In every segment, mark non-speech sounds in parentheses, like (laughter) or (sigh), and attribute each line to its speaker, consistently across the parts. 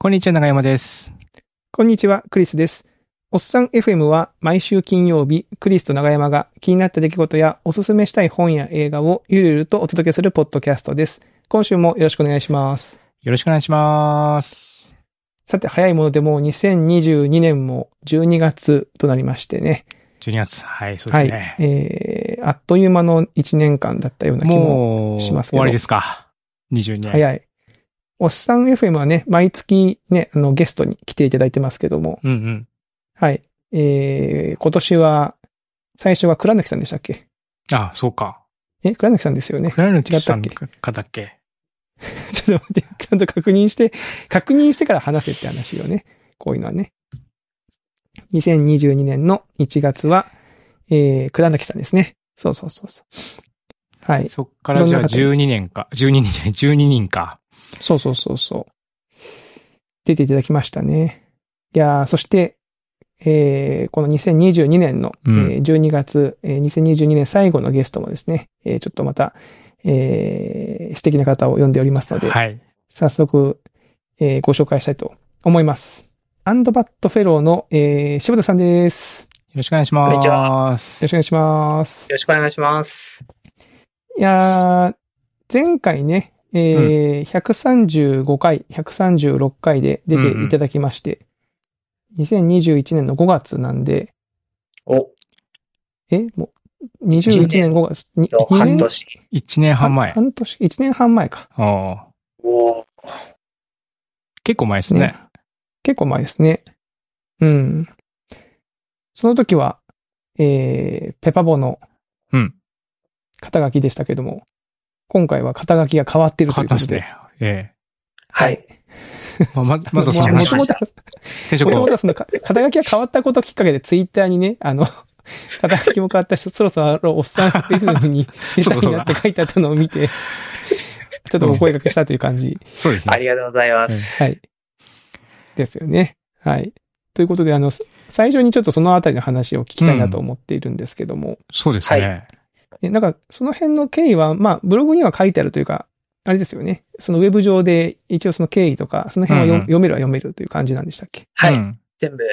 Speaker 1: こんにちは、長山です。
Speaker 2: こんにちは、クリスです。おっさん FM は毎週金曜日、クリスと長山が気になった出来事やおすすめしたい本や映画をゆるゆるとお届けするポッドキャストです。今週もよろしくお願いします。
Speaker 1: よろしくお願いします。
Speaker 2: さて、早いものでもう2022年も12月となりましてね。
Speaker 1: 12月。はい、そうですね。
Speaker 2: はい。えー、あっという間の1年間だったような気も
Speaker 1: もう、
Speaker 2: しますけ
Speaker 1: 終
Speaker 2: ど
Speaker 1: わりですか。22年。
Speaker 2: 早い。おっさん FM はね、毎月ね、あのゲストに来ていただいてますけども、
Speaker 1: うんうん。
Speaker 2: はい。えー、今年は、最初は倉貫さんでしたっけ
Speaker 1: あ、そうか。
Speaker 2: え、倉貫さんですよね。 (laughs)
Speaker 1: クラヌチさん
Speaker 2: 違っ
Speaker 1: かだっけ
Speaker 2: ちょっと待
Speaker 1: (laughs)
Speaker 2: って、ちゃんと確認して、確認してから話せって話よね。こういうのはね。2022年の1月は、えー、倉貫さんですね。そうそうそうそう。はい。
Speaker 1: そっからじゃあ
Speaker 2: いろんな方
Speaker 1: 12年か。12人じゃない、12人か。
Speaker 2: そうそうそうそう。出ていただきましたね。いやーそして、えーこの2022年の、
Speaker 1: うん
Speaker 2: えー12月、えー2022年最後のゲストもですね、えーちょっとまた、えー素敵な方を呼んでおりますので、
Speaker 1: はい。
Speaker 2: 早速、えーご紹介したいと思います。アンドバットフェローの、えー柴田さんです。
Speaker 1: よろしくお願いします。
Speaker 3: こんにち
Speaker 2: よろしくお願いします
Speaker 3: よ。ろしくお願いします。
Speaker 2: いやー前回ね、えー135回、136回で出ていただきまして、2021年の5月なんで、
Speaker 3: お、
Speaker 2: え、もう、21年5月、に
Speaker 3: と
Speaker 2: 二
Speaker 3: 半
Speaker 2: 年
Speaker 3: 年。
Speaker 1: 1年半前。
Speaker 2: 半年、1年半前か。
Speaker 1: おー
Speaker 3: おー
Speaker 1: 結構前ですね。
Speaker 2: 結構前ですね。うん。その時は、えー、ペパボの
Speaker 1: うん。
Speaker 2: 肩書きでしたけども、今回は肩書きが変わってると
Speaker 1: 変わ
Speaker 2: い
Speaker 1: っ
Speaker 2: う
Speaker 1: て
Speaker 2: こ
Speaker 1: ま
Speaker 2: と
Speaker 1: す
Speaker 2: で。
Speaker 1: ね。え
Speaker 3: はい。
Speaker 1: え。まあ
Speaker 2: (laughs)
Speaker 1: ままずはその
Speaker 2: も
Speaker 1: 話
Speaker 2: と
Speaker 1: を
Speaker 2: も
Speaker 3: ま
Speaker 2: と、
Speaker 1: 転職
Speaker 2: もと
Speaker 1: を
Speaker 2: も。とそのか、肩書きが変わったこときっかけでツイッターにね、あの、 (laughs) 肩書きも変わった人、そろそろおっさん FM
Speaker 1: (laughs)
Speaker 2: に出たいなって書いてあったのを見て、ちょっとお声掛けしたという感じ。
Speaker 1: そうです
Speaker 3: あ
Speaker 1: ね。
Speaker 3: りがとうございま
Speaker 1: うん
Speaker 3: す。
Speaker 2: はい。ですよね。はい。ということで、あの、最初にちょっとそのあたりの話を聞きたいなと思っているんですけども、
Speaker 1: そうですね。
Speaker 3: は
Speaker 2: ね、なんか、その辺の経緯は、まあ、ブログには書いてあるというか、あれですよね。そのウェブ上で、一応その経緯とか、その辺はよ、
Speaker 1: うんうん
Speaker 2: 読めるは読めるという感じなんでしたっけ
Speaker 3: はい。
Speaker 1: うん
Speaker 3: 全部、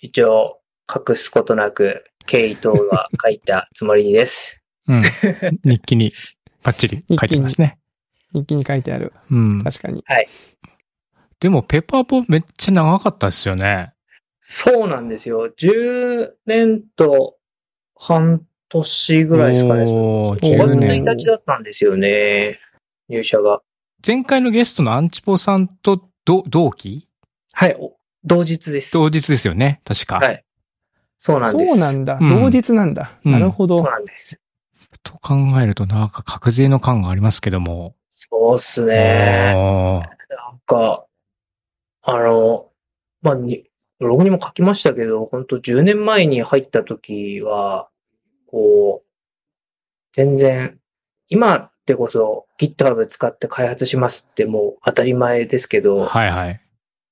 Speaker 3: 一応、隠すことなく、経緯等は書いたつもりです。
Speaker 2: (laughs)
Speaker 1: うん。日記にバッチリ書いてますね。
Speaker 2: 日記に書いてある。
Speaker 1: うん。
Speaker 2: 確かに。
Speaker 1: でも、ペッパーボーめっちゃ長かったですよね。
Speaker 3: そうなんですよ。10年と半年ぐらいですかね。
Speaker 1: おー
Speaker 2: お
Speaker 1: 10
Speaker 3: 5月
Speaker 1: 年。
Speaker 3: 1日だったんですよね。入社が。
Speaker 1: 前回のゲストのアンチポさんとど同期
Speaker 3: はい。お同日です。
Speaker 1: 同日ですよね、確か。
Speaker 3: はい。そうなんです。
Speaker 2: そうなんだ。
Speaker 1: うん
Speaker 2: 同日なんだ。
Speaker 1: うん
Speaker 2: なるほ
Speaker 3: そう
Speaker 2: ど。
Speaker 3: なんです。
Speaker 1: と考えると、なんか、格税の感がありますけども。
Speaker 3: そうっすね。
Speaker 1: おー
Speaker 3: なんか、あの、まあ、に、ブログにも書きましたけど、本当10年前に入った時は、こう、全然、今ってこそ GitHub 使って開発しますってもう当たり前ですけど、
Speaker 1: はいはい。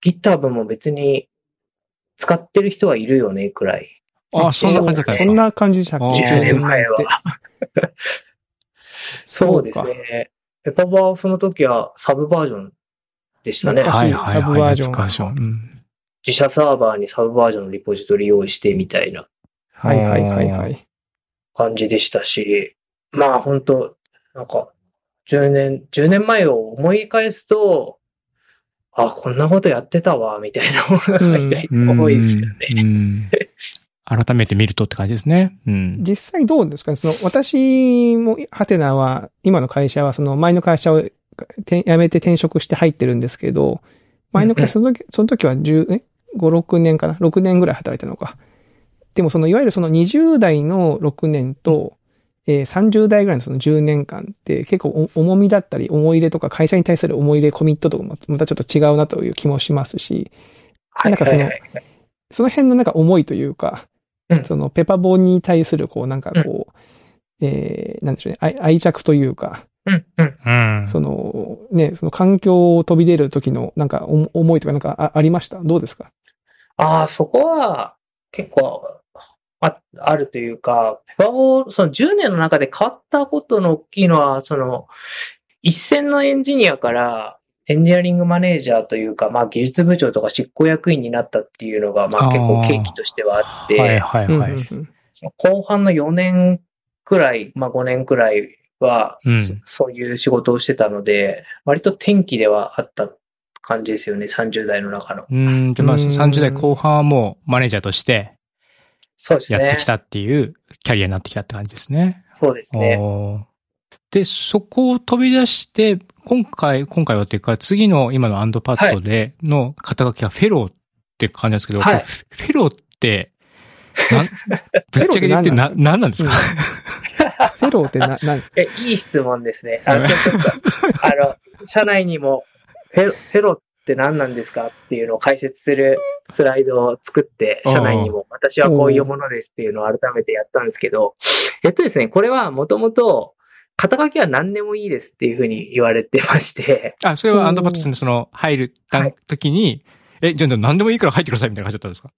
Speaker 3: GitHub も別に使ってる人はいるよね、くらい。
Speaker 1: あ
Speaker 2: あ
Speaker 1: そんな感じだったんですか
Speaker 2: そんな感じでしたっ
Speaker 1: あ
Speaker 2: け
Speaker 1: ー
Speaker 3: 10年前
Speaker 2: って
Speaker 3: は。 (laughs) そうですね。ペパバはその時はサブバージョンでしたね。
Speaker 2: 懐か
Speaker 1: は
Speaker 2: し
Speaker 1: い
Speaker 2: い
Speaker 1: はい
Speaker 2: サブバ
Speaker 1: は
Speaker 2: ー
Speaker 1: い。
Speaker 2: ジョン
Speaker 1: 懐かしいうん
Speaker 3: 自社サーバーにサブバージョンのリポジトリ用意してみたいな
Speaker 2: はいはいはいはい。
Speaker 3: 感じでしたし、まあ本当なんか、10年、10年前を思い返すと、あ、こんなことやってたわ、みたいなものが意外と多いですよ
Speaker 1: う
Speaker 3: ね。
Speaker 1: んうん改めて見るとって感じですね。うん。
Speaker 2: 実際どうですかねその、私も、ハテナは、今の会社は、その前の会社をて辞めて転職して入ってるんですけど、前の会社、その時、その時は10、え ?5、6年かな ?6 年ぐらい働いたのか。でも、その、いわゆるその20代の6年と、えー30代ぐらいのその10年間って結構お重みだったり思い入れとか会社に対する思い入れコミットとかもまたちょっと違うなという気もしますし、
Speaker 3: はい、
Speaker 2: なんかその
Speaker 3: はいはいはい
Speaker 2: その辺のなんか思いというか、
Speaker 3: うん
Speaker 2: そのペパボに対するこうなんかこう、えー、なんでしょうね愛、愛着というか、
Speaker 3: うん、うん。
Speaker 1: うん。
Speaker 2: そのね、その環境を飛び出る時のなんかお思いとかなんかあありましたどうですか
Speaker 3: ああ、そこは結構ああるというか、ペパボ、その10年の中で変わったことの大きいのは、その、一線のエンジニアから、エンジニアリングマネージャーというか、まあ、技術部長とか執行役員になったっていうのが、まあ、
Speaker 1: あー
Speaker 3: 結構契機としてはあって、
Speaker 1: はいはい
Speaker 2: うん
Speaker 1: はい。
Speaker 2: うん
Speaker 3: その後半の4年くらい、まあ、5年くらいは、
Speaker 1: うん
Speaker 3: そそういう仕事をしてたので、割と転機ではあった感じですよね、30代の中の。
Speaker 1: うん、じゃあまあ
Speaker 2: うん
Speaker 1: 30代後半はもうマネージャーとして
Speaker 3: そうです
Speaker 1: や
Speaker 3: ね。
Speaker 1: ってきたっていうキャリアになってきたって感じですね。
Speaker 3: そうですね。
Speaker 1: おーで、そこを飛び出して、今回、今回はっていうか、次の今のアンドパッドでの肩書きはフェローって感じなんですけど、
Speaker 3: はい
Speaker 1: これフェローって、なんぶっちゃけ言って
Speaker 2: フェローって何なんです
Speaker 1: な、何なんですか、
Speaker 2: フェローってな、なんですか
Speaker 3: え、いい質問ですね。あの、ちょっと、あの、社内にもフェロ、フェロって何なんですかっていうのを解説するスライドを作って、社内にも、私はこういうものですっていうのを改めてやったんですけど、えっとですね、これはもともと、肩書きは何でもいいですっていうふうに言われてまして、
Speaker 1: あ、それはアンドパッドさんのその、入る段時に、え、じゃあ何でもいいから入ってくださいみたいな感じだったんですか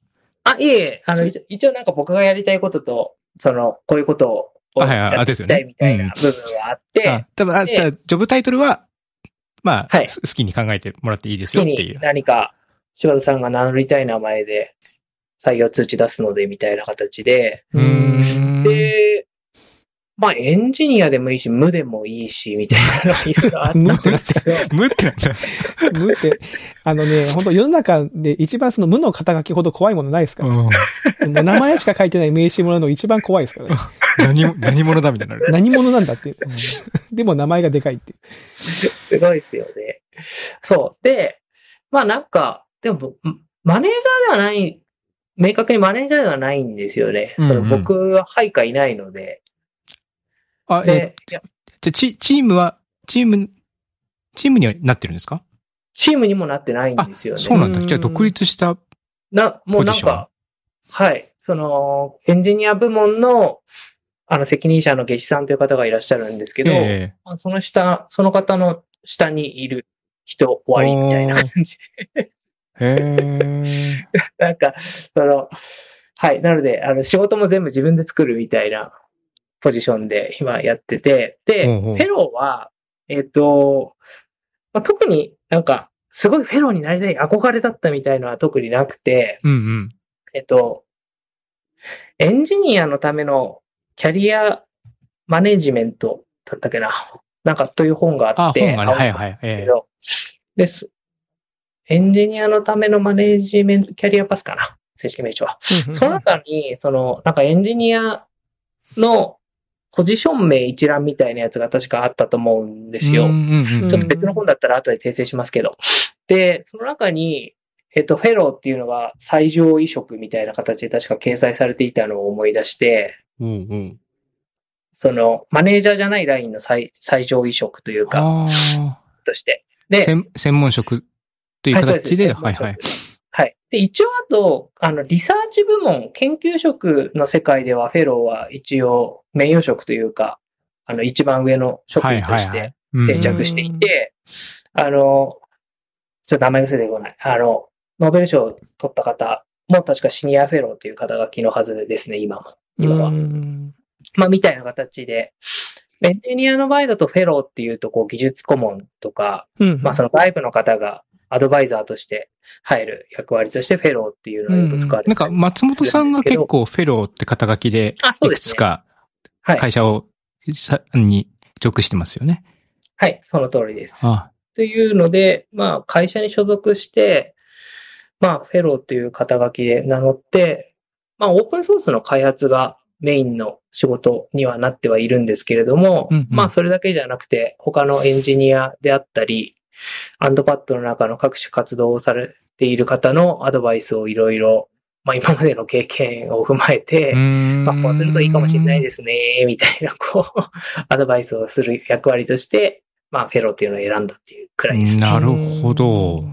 Speaker 3: あ、いえいえ、あの、一応一応なんか僕がやりたいことと、その、こういうことを
Speaker 1: あはいはい
Speaker 3: や
Speaker 1: あ
Speaker 3: っ
Speaker 1: で
Speaker 3: てい
Speaker 1: すよ
Speaker 3: き
Speaker 1: ね
Speaker 3: たいみたいな部分はあって、
Speaker 1: あ、多分あ、
Speaker 3: で
Speaker 1: だからジョブタイトルは、まあ、
Speaker 3: はい
Speaker 1: す好きに考えてもらっていいです
Speaker 3: 好
Speaker 1: よっ
Speaker 3: き
Speaker 1: てい
Speaker 3: に
Speaker 1: う。
Speaker 3: 何か柴田さんが名乗りたい名前で採用通知出すのでみたいな形で、
Speaker 1: うーん。
Speaker 3: で、まあエンジニアでもいいし、無でもいいし、みたいなのがいろいろあったん
Speaker 2: 無ってな
Speaker 3: で
Speaker 2: ん
Speaker 3: すけど、
Speaker 1: (laughs) 無ってなんだ。
Speaker 2: 無って、あのね、本当世の中で一番その無の肩書きほど怖いものないですから。も
Speaker 1: うん
Speaker 2: う名前しか書いてない名刺もらうの一番怖いですからね。
Speaker 1: 何も、何者だみたいになる。
Speaker 2: 何者なんだって。 (laughs) でも名前がでかいって。
Speaker 3: すごいですよね。そう。で、まあなんか、でも、マネージャーではない、明確にマネージャーではないんですよね。その
Speaker 1: うんうん
Speaker 3: 僕は配下いないので、
Speaker 1: (laughs) あ、え
Speaker 3: で、いや
Speaker 1: じゃあチ、チームは、チーム、チームにはなってるんですか
Speaker 3: チームにもなってないんですよね。
Speaker 1: そうなん
Speaker 2: う
Speaker 1: だ。
Speaker 2: ん
Speaker 1: じゃあ、独立した、
Speaker 3: な、もう
Speaker 1: ポ
Speaker 3: な
Speaker 1: ジ
Speaker 3: ん
Speaker 1: ション
Speaker 3: か、はい。その、エンジニア部門の、あの、責任者の下司さんという方がいらっしゃるんですけど、
Speaker 1: え
Speaker 3: まあその下、その方の下にいる人終わりみたいな感じで、 (laughs)
Speaker 1: えへえ。
Speaker 3: なんか、その、はい。なので、あの、仕事も全部自分で作るみたいなポジションで今やってて、で、
Speaker 1: ほうほう
Speaker 3: フェローは、えっ、と、まあ、特になんか、すごいフェローになりたい憧れだったみたいのは特になくて、
Speaker 1: うんうん。
Speaker 3: えっと、エンジニアのためのキャリアマネジメントだったっけな。なんかという本があ
Speaker 1: あ、
Speaker 3: って、
Speaker 1: 本がね。
Speaker 3: 青
Speaker 1: はいはい。
Speaker 3: け
Speaker 1: え
Speaker 3: どです。エンジニアのためのマネジメント、キャリアパスかな。正式名称は。その中に、その、なんかエンジニアのポジション名一覧みたいなやつが確かあったと思うんで
Speaker 1: え。
Speaker 3: すよ。
Speaker 1: うんうんうん
Speaker 3: ちょっと別の本だったら後で訂正しますけど。で、その中に、えっと、フェローっていうのが最上位職みたいな形で確か掲載されていたのを思い出して、
Speaker 1: うんうん。
Speaker 3: その、マネージャーじゃないラインの最最上位職というか、
Speaker 1: ああ。
Speaker 3: として。で、
Speaker 1: 専専門職という
Speaker 3: はいそう
Speaker 1: 形
Speaker 3: す
Speaker 1: で、はいはい。。
Speaker 3: はい。で、一応あと、あの、リサーチ部門、研究職の世界では、フェローは一応、名誉職というか、あの、一番上の職
Speaker 1: はい
Speaker 3: 員と
Speaker 1: はい
Speaker 3: し
Speaker 1: は
Speaker 3: て
Speaker 1: い。うん
Speaker 3: 定着していて、あの、ちょっと名前が出てこない。あの、ノーベル賞を取った方も確かシニアフェローという肩書きのはずですね、今も。今は。
Speaker 2: うん
Speaker 3: まあ、みたいな形で。エンジニアの場合だとフェローっていうと、こう、技術顧問とか、
Speaker 2: うん
Speaker 3: まあ、その外部の方がアドバイザーとして入る役割としてフェローっていうのがよく使われて
Speaker 1: なんか、松本さんが結構フェローって肩書きで、
Speaker 3: あ、そ
Speaker 1: いう
Speaker 3: で
Speaker 1: く
Speaker 3: す
Speaker 1: つ
Speaker 3: ね。
Speaker 1: か
Speaker 3: はい。
Speaker 1: 会社を、さに属してますよね。
Speaker 3: はい、その通りです。
Speaker 1: あ
Speaker 3: っていうので、まあ、会社に所属して、まあ、フェローという肩書きで名乗って、まあ、オープンソースの開発がメインの仕事にはなってはいるんですけれども、
Speaker 1: うんうん。
Speaker 3: まあ、それだけじゃなくて、他のエンジニアであったり、アンドパッドの中の各種活動をされている方のアドバイスをいろいろ、まあ、今までの経験を踏まえて、まあ、こうするといいかもしれないですすね、みたいな、こう、アドバイスをする役割として、まあ、フェローっていうのを選んだっていうくらいです。
Speaker 1: なるほど。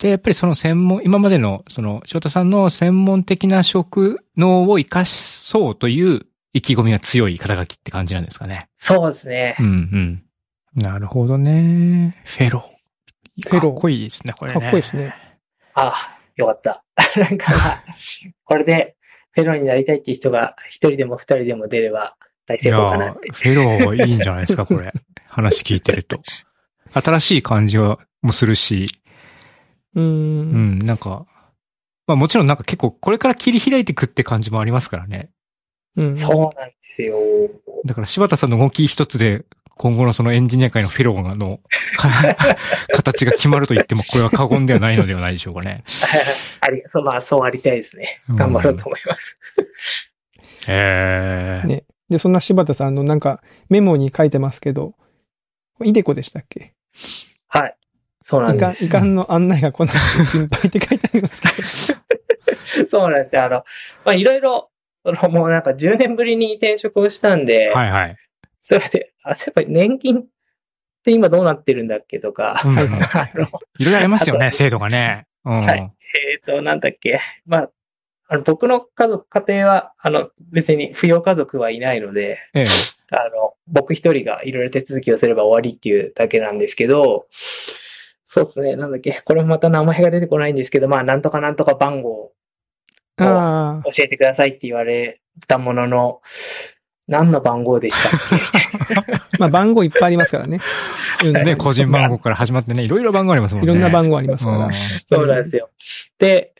Speaker 1: で、やっぱりその専門、今までの、その、翔太さんの専門的な職能を生かしそうという意気込みが強い肩書きって感じなんですかね。
Speaker 3: そうですね
Speaker 1: う。んうん。なるほどね。フェロー。
Speaker 2: フェロー
Speaker 1: かっこいいですね、これ
Speaker 2: か
Speaker 1: ね。
Speaker 2: っこいいですね。
Speaker 3: ああ、よかった。 (laughs) なんか、これで、フェローになりたいっていう人が、一人でも二人でも出れば大
Speaker 1: い
Speaker 3: 成
Speaker 1: や
Speaker 3: 功かなって。
Speaker 1: ー
Speaker 2: (laughs)
Speaker 1: フェローいいんじゃないですか、これ。話聞いてると。新しい感じはもするし、
Speaker 2: う。
Speaker 1: うんん、なんか、まあもちろんなんか結構これから切り開いていくって感じもありますからね。
Speaker 2: うん。
Speaker 3: そうなんですよ。 (laughs)
Speaker 1: だから柴田さんの動き一つで、今後のそのエンジニア界のフェローの (laughs) か形が決まると言っても、これは過言ではないのではないでしょうかね。
Speaker 3: あり、そう、まあ、そうありたいですね。頑張ろうと思います。
Speaker 1: へえ。
Speaker 2: ねで、そんな柴田さんのなんかメモに書いてますけど、イデコでしたっけ
Speaker 3: はい。そうなん
Speaker 2: 遺
Speaker 3: です。
Speaker 2: 憾、遺憾の案内が来なくて心配って書いてあります
Speaker 3: (laughs)
Speaker 2: け
Speaker 3: そうなんですよ。あの、まあ、いろいろ、その、もうなんか10年ぶりに転職をしたんで、
Speaker 1: はいはい。
Speaker 3: それで、あ、そういえば年金って今どうなってるんだっけとか、
Speaker 1: うん
Speaker 3: あの、
Speaker 1: いろいろありますよね、制度がね。うん。
Speaker 3: はいえっ、と、なんだっけ。まあ、あの僕の家族、家庭は、あの、別に扶養家族はいないので、
Speaker 1: ええ。
Speaker 3: あの、僕一人がいろいろ手続きをすれば終わりっていうだけなんですけど、そうですね。なんだっけ。これもまた名前が出てこないんですけど、まあ、なんとかなんとか番号を
Speaker 2: ど。ああ。
Speaker 3: 教えてくださいって言われたものの、何の番号でしたっ
Speaker 2: まあ番号いっぱいありますからね。うん
Speaker 1: (laughs) ね、個人番号から始まってね、いろいろ番号ありますもん
Speaker 2: い
Speaker 1: ね。
Speaker 2: ろんな番
Speaker 1: 号
Speaker 2: 号ありますから。
Speaker 3: けそうなんですよ。で、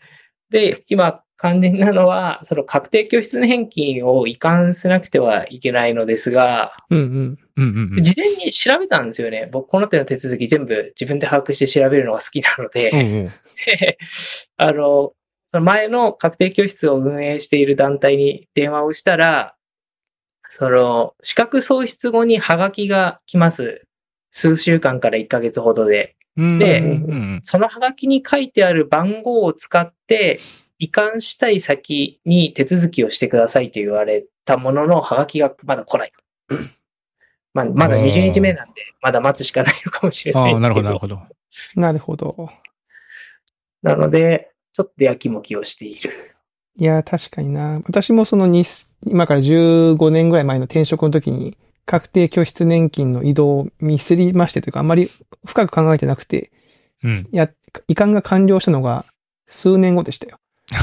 Speaker 3: で、今、肝心なのは、その確定拠出年金を移管しなくてはいけないのですが、
Speaker 2: うんうん。
Speaker 1: うんうんうん。
Speaker 3: 事前に調べたんですよね。僕、この手の手続き全部自分で把握して調べるのが好きなので、
Speaker 1: うんうん
Speaker 3: で (laughs) あの、その前の確定教室を運営している団体に電話をしたら、その、資格喪失後にハガキが来ます。数週間から1ヶ月ほどで。
Speaker 1: うん
Speaker 3: で
Speaker 1: うん
Speaker 3: そのハガキに書いてある番号を使って、移管したい先に手続きをしてくださいと言われたものの、ハガキがま
Speaker 1: (coughs)
Speaker 3: だ来ない。まあ、まだ20日目なんで、まだ待つしかないのかもしれ
Speaker 1: あ
Speaker 3: ない。
Speaker 1: あ、なるほど、なるほど。
Speaker 2: なるほど。
Speaker 3: なので、ちょっとやきもきをしている。
Speaker 2: いや、確かにな。私もそのに、今から15年ぐらい前の転職の時に、確定拠出年金の移動をミスりましてというか、あんまり深く考えてなくて、
Speaker 1: うん。
Speaker 2: や、移管が完了したのが数年後でしたよ。
Speaker 1: (laughs)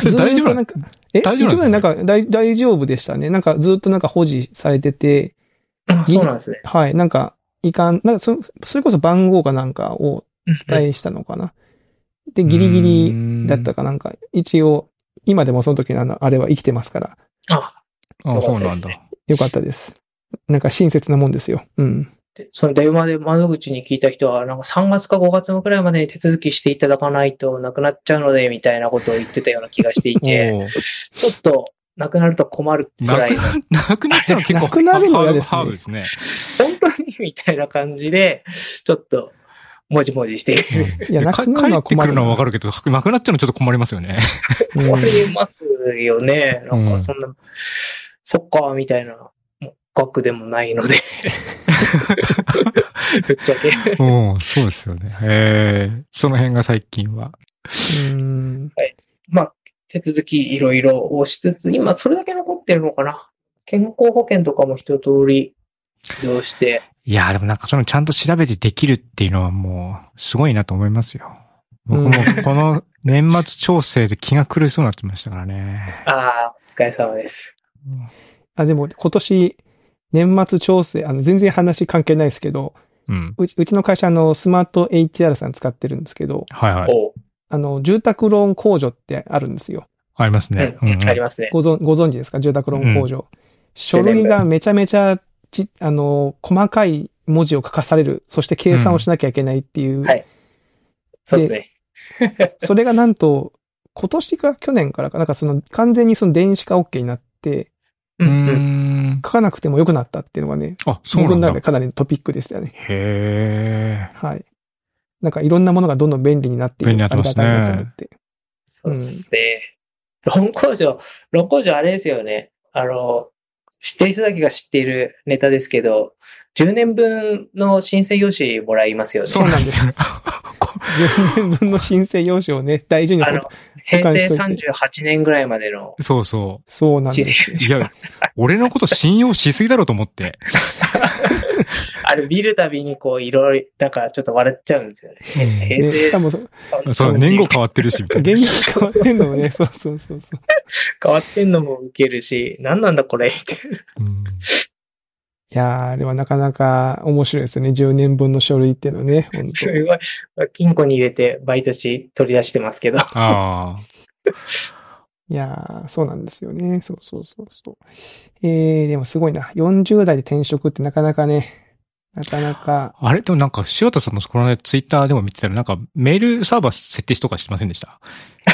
Speaker 1: それ大丈夫な
Speaker 2: ずーっと
Speaker 1: の
Speaker 2: んかえ
Speaker 1: 大丈夫なんですか
Speaker 2: 一応ねなんか大大丈夫でしたね。なんかずっとなんか保持されてて、ギリ
Speaker 3: そうなんですね。
Speaker 2: はい、なんか、いかん、なんかそ、それこそ番号かなんかを伝えしたのかな。で、ギリギリ
Speaker 1: リ
Speaker 2: だった
Speaker 1: か
Speaker 2: かなんか、一応、今でもその時のあのあれは生きてますから、
Speaker 3: あ、
Speaker 1: ら。ああ、そうなんだ。
Speaker 2: よかったです。なんか親切なもんですよ。うん。
Speaker 3: でその電話で窓口に聞いた人は、なんか3月か5月のくらいまでに手続きしていただかないとなくなっちゃうので、みたいなことを言ってたような気がしてい
Speaker 1: (laughs)
Speaker 3: て、
Speaker 1: おお。
Speaker 3: ちょっと、なくなると困るくらいの、
Speaker 1: なくなっちゃうの結構
Speaker 2: なくなるの嫌ですね
Speaker 1: ハードですね。
Speaker 3: 本当にみたいな感じで、ちょっと、もじもじしている。
Speaker 1: い
Speaker 2: いやなくなるの
Speaker 1: 帰
Speaker 2: は困るな
Speaker 1: ってくるのはわかるけど、なくなっちゃうのちょっと困りますよ
Speaker 2: (laughs)
Speaker 1: ね。
Speaker 2: うん
Speaker 3: 困りますよね。
Speaker 1: うん
Speaker 3: なんかそんな、そっか、みたいな、額でもないので。ぶっちゃけ。
Speaker 1: うん、そうですよね。ええ、その辺が最近は。
Speaker 2: うん
Speaker 3: まあ、手続きいろいろをしつつ、今それだけ残ってるのかな。健康保険とかも一通り利用して、
Speaker 1: いやーでもなんかそのちゃんと調べてできるっていうのはもう、すごいなと思いますよ。僕もこの年末調整で気が狂いそうになってましたからね。
Speaker 3: ああ、お疲れ様です。
Speaker 2: あ、でも今年、年末調整、あの、全然話関係ないですけど、
Speaker 1: うん。
Speaker 2: うち、うちの会社、あの、スマート HR さん使ってるんですけど、
Speaker 1: はいはい。
Speaker 3: おう
Speaker 2: あの、住宅ローン控除ってあるんですよ。
Speaker 1: ありますね。
Speaker 3: うん、ありますね。
Speaker 2: ご存、ご存知ですか住宅ローン控除。書類がめちゃめちゃち、あの、細かい文字を書かされる。そして計算をしなきゃいけないっていう。
Speaker 3: はいそうですね。
Speaker 2: それがなんと、今年か去年からか、なんかその、完全にその電子化 OK になって、
Speaker 3: う
Speaker 1: うんん。う
Speaker 3: うん
Speaker 1: ーん
Speaker 2: 書かなくても良くなったっていうのがね、
Speaker 1: あ、そうな
Speaker 2: 僕の
Speaker 1: んだ
Speaker 2: 中。でかなりのトピックでしたよね。
Speaker 1: へ
Speaker 2: はい。なんかいろんなものがどんどん便利になっている。
Speaker 1: 便利になってますね
Speaker 2: ありがたいなと思って。
Speaker 3: そうですね。論考場、論考場あれですよね。あの、知ってる人だけが知っているネタですけど、10年分の申請用紙もらいますよ
Speaker 1: え。
Speaker 3: ね。
Speaker 2: そうなんです
Speaker 1: よ。
Speaker 2: 10年分の申請用紙をね、大事に
Speaker 3: あ
Speaker 2: ほん
Speaker 3: の
Speaker 2: と、
Speaker 3: 平成
Speaker 2: 保管しと
Speaker 3: 38年ぐらいまでの
Speaker 1: (laughs) そうそ
Speaker 2: そうなん
Speaker 3: 申
Speaker 2: です。
Speaker 3: 請用
Speaker 1: う。い
Speaker 3: 紙。
Speaker 1: や、俺のこと信用しすぎだろうと思って。
Speaker 3: (laughs) あれ見るたびにこう、いろいろ、なんかちょっと笑っちゃうんですよね。
Speaker 1: うん
Speaker 3: 平
Speaker 2: ね、し
Speaker 3: 成
Speaker 2: かもそ、
Speaker 1: そう、年号変わってるし、みたいな。
Speaker 2: 現実変わってんのも
Speaker 3: (laughs)
Speaker 2: ね、そうそうそうそう。
Speaker 3: 変わってんのも受けるし、何なんだこれって。
Speaker 1: うん
Speaker 2: いやー、あれはなかなか面白いですね。10年分の書類っていうのね。本
Speaker 3: すごい、金庫に入れて、毎年取り出してますけ
Speaker 1: (laughs)
Speaker 3: ど。
Speaker 1: ああ。
Speaker 2: いやー、そうなんですよね。そうそうそうそう。えー、でもすごいな。40代で転職ってなかなかね、なかな
Speaker 3: (laughs)
Speaker 2: か、
Speaker 1: あれでもなんか、塩田さんのこのね、ツイッターでも見てたら、なんか、メールサーバー設定しとかしてませんでした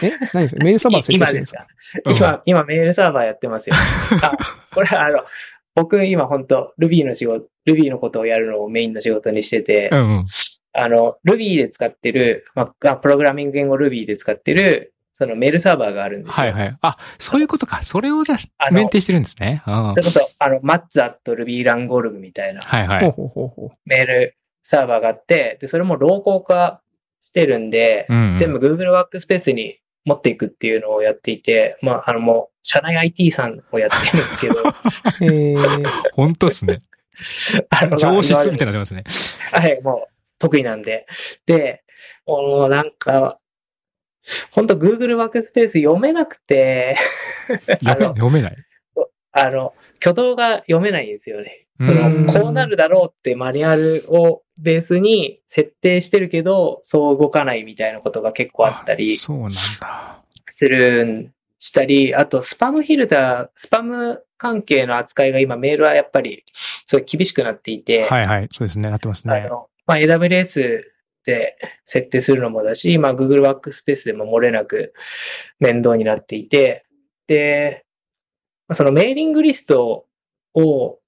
Speaker 2: え何ですかメールサーバー設定してるんですか
Speaker 3: 今ですか今、今メールサーバーやってま
Speaker 1: (laughs)
Speaker 3: すよ。あこれあの、僕今本当 Ruby の仕事、Ruby のことをやるのをメインの仕事にしてて、
Speaker 1: うんうん。
Speaker 3: あの、Ruby で使ってる、まああ、プログラミング言語 Ruby で使ってる、そのメールサーバーがあるんですよ。
Speaker 1: はいはい。あ、そういうことか。それをじゃあ
Speaker 3: あの
Speaker 1: メンテしてるんですね。うん
Speaker 3: それこそ、あの、mats.ruby.lang みたいな
Speaker 1: はいは
Speaker 2: ほう
Speaker 1: い。
Speaker 2: ほうほうほ
Speaker 3: メールサーバーがあって、で、それも老高化してるんで、
Speaker 1: うん、う
Speaker 3: 全
Speaker 1: ん。
Speaker 3: 部 Google ワークスペースに持っていくっていうのをやっていて、まあ、あのもう、社内 IT さんをやってるんです
Speaker 1: (laughs)
Speaker 3: けど、
Speaker 2: う。えー、
Speaker 1: 本当っすね。
Speaker 3: あの
Speaker 1: 上司っすみたいになってますね。
Speaker 3: はい、もう得意なんで。で、もうなんか、本当 Google ワークスペース読めなくて、 (laughs) あ
Speaker 1: 読め
Speaker 3: の
Speaker 1: 読めない。
Speaker 3: あの、挙動が読めないんですよね。
Speaker 1: う
Speaker 3: そ
Speaker 2: ん
Speaker 3: の
Speaker 1: ん。
Speaker 3: こうなるだろうってマニュアルをベースに設定してるけど、そう動かないみたいなことが結構あったり
Speaker 1: あそうなんだ。
Speaker 3: するん、したり、あとスパムフィルター、スパム関係の扱いが今メールはやっぱりすごい厳しくなっていて、
Speaker 1: はいはい。そうですね。なってます
Speaker 3: あ
Speaker 1: ね。
Speaker 3: の、まあ、AWS で設定するのもだし、まあ、Google Workspace でも漏れなく面倒になっていて、で、まあそのメーリングリストを、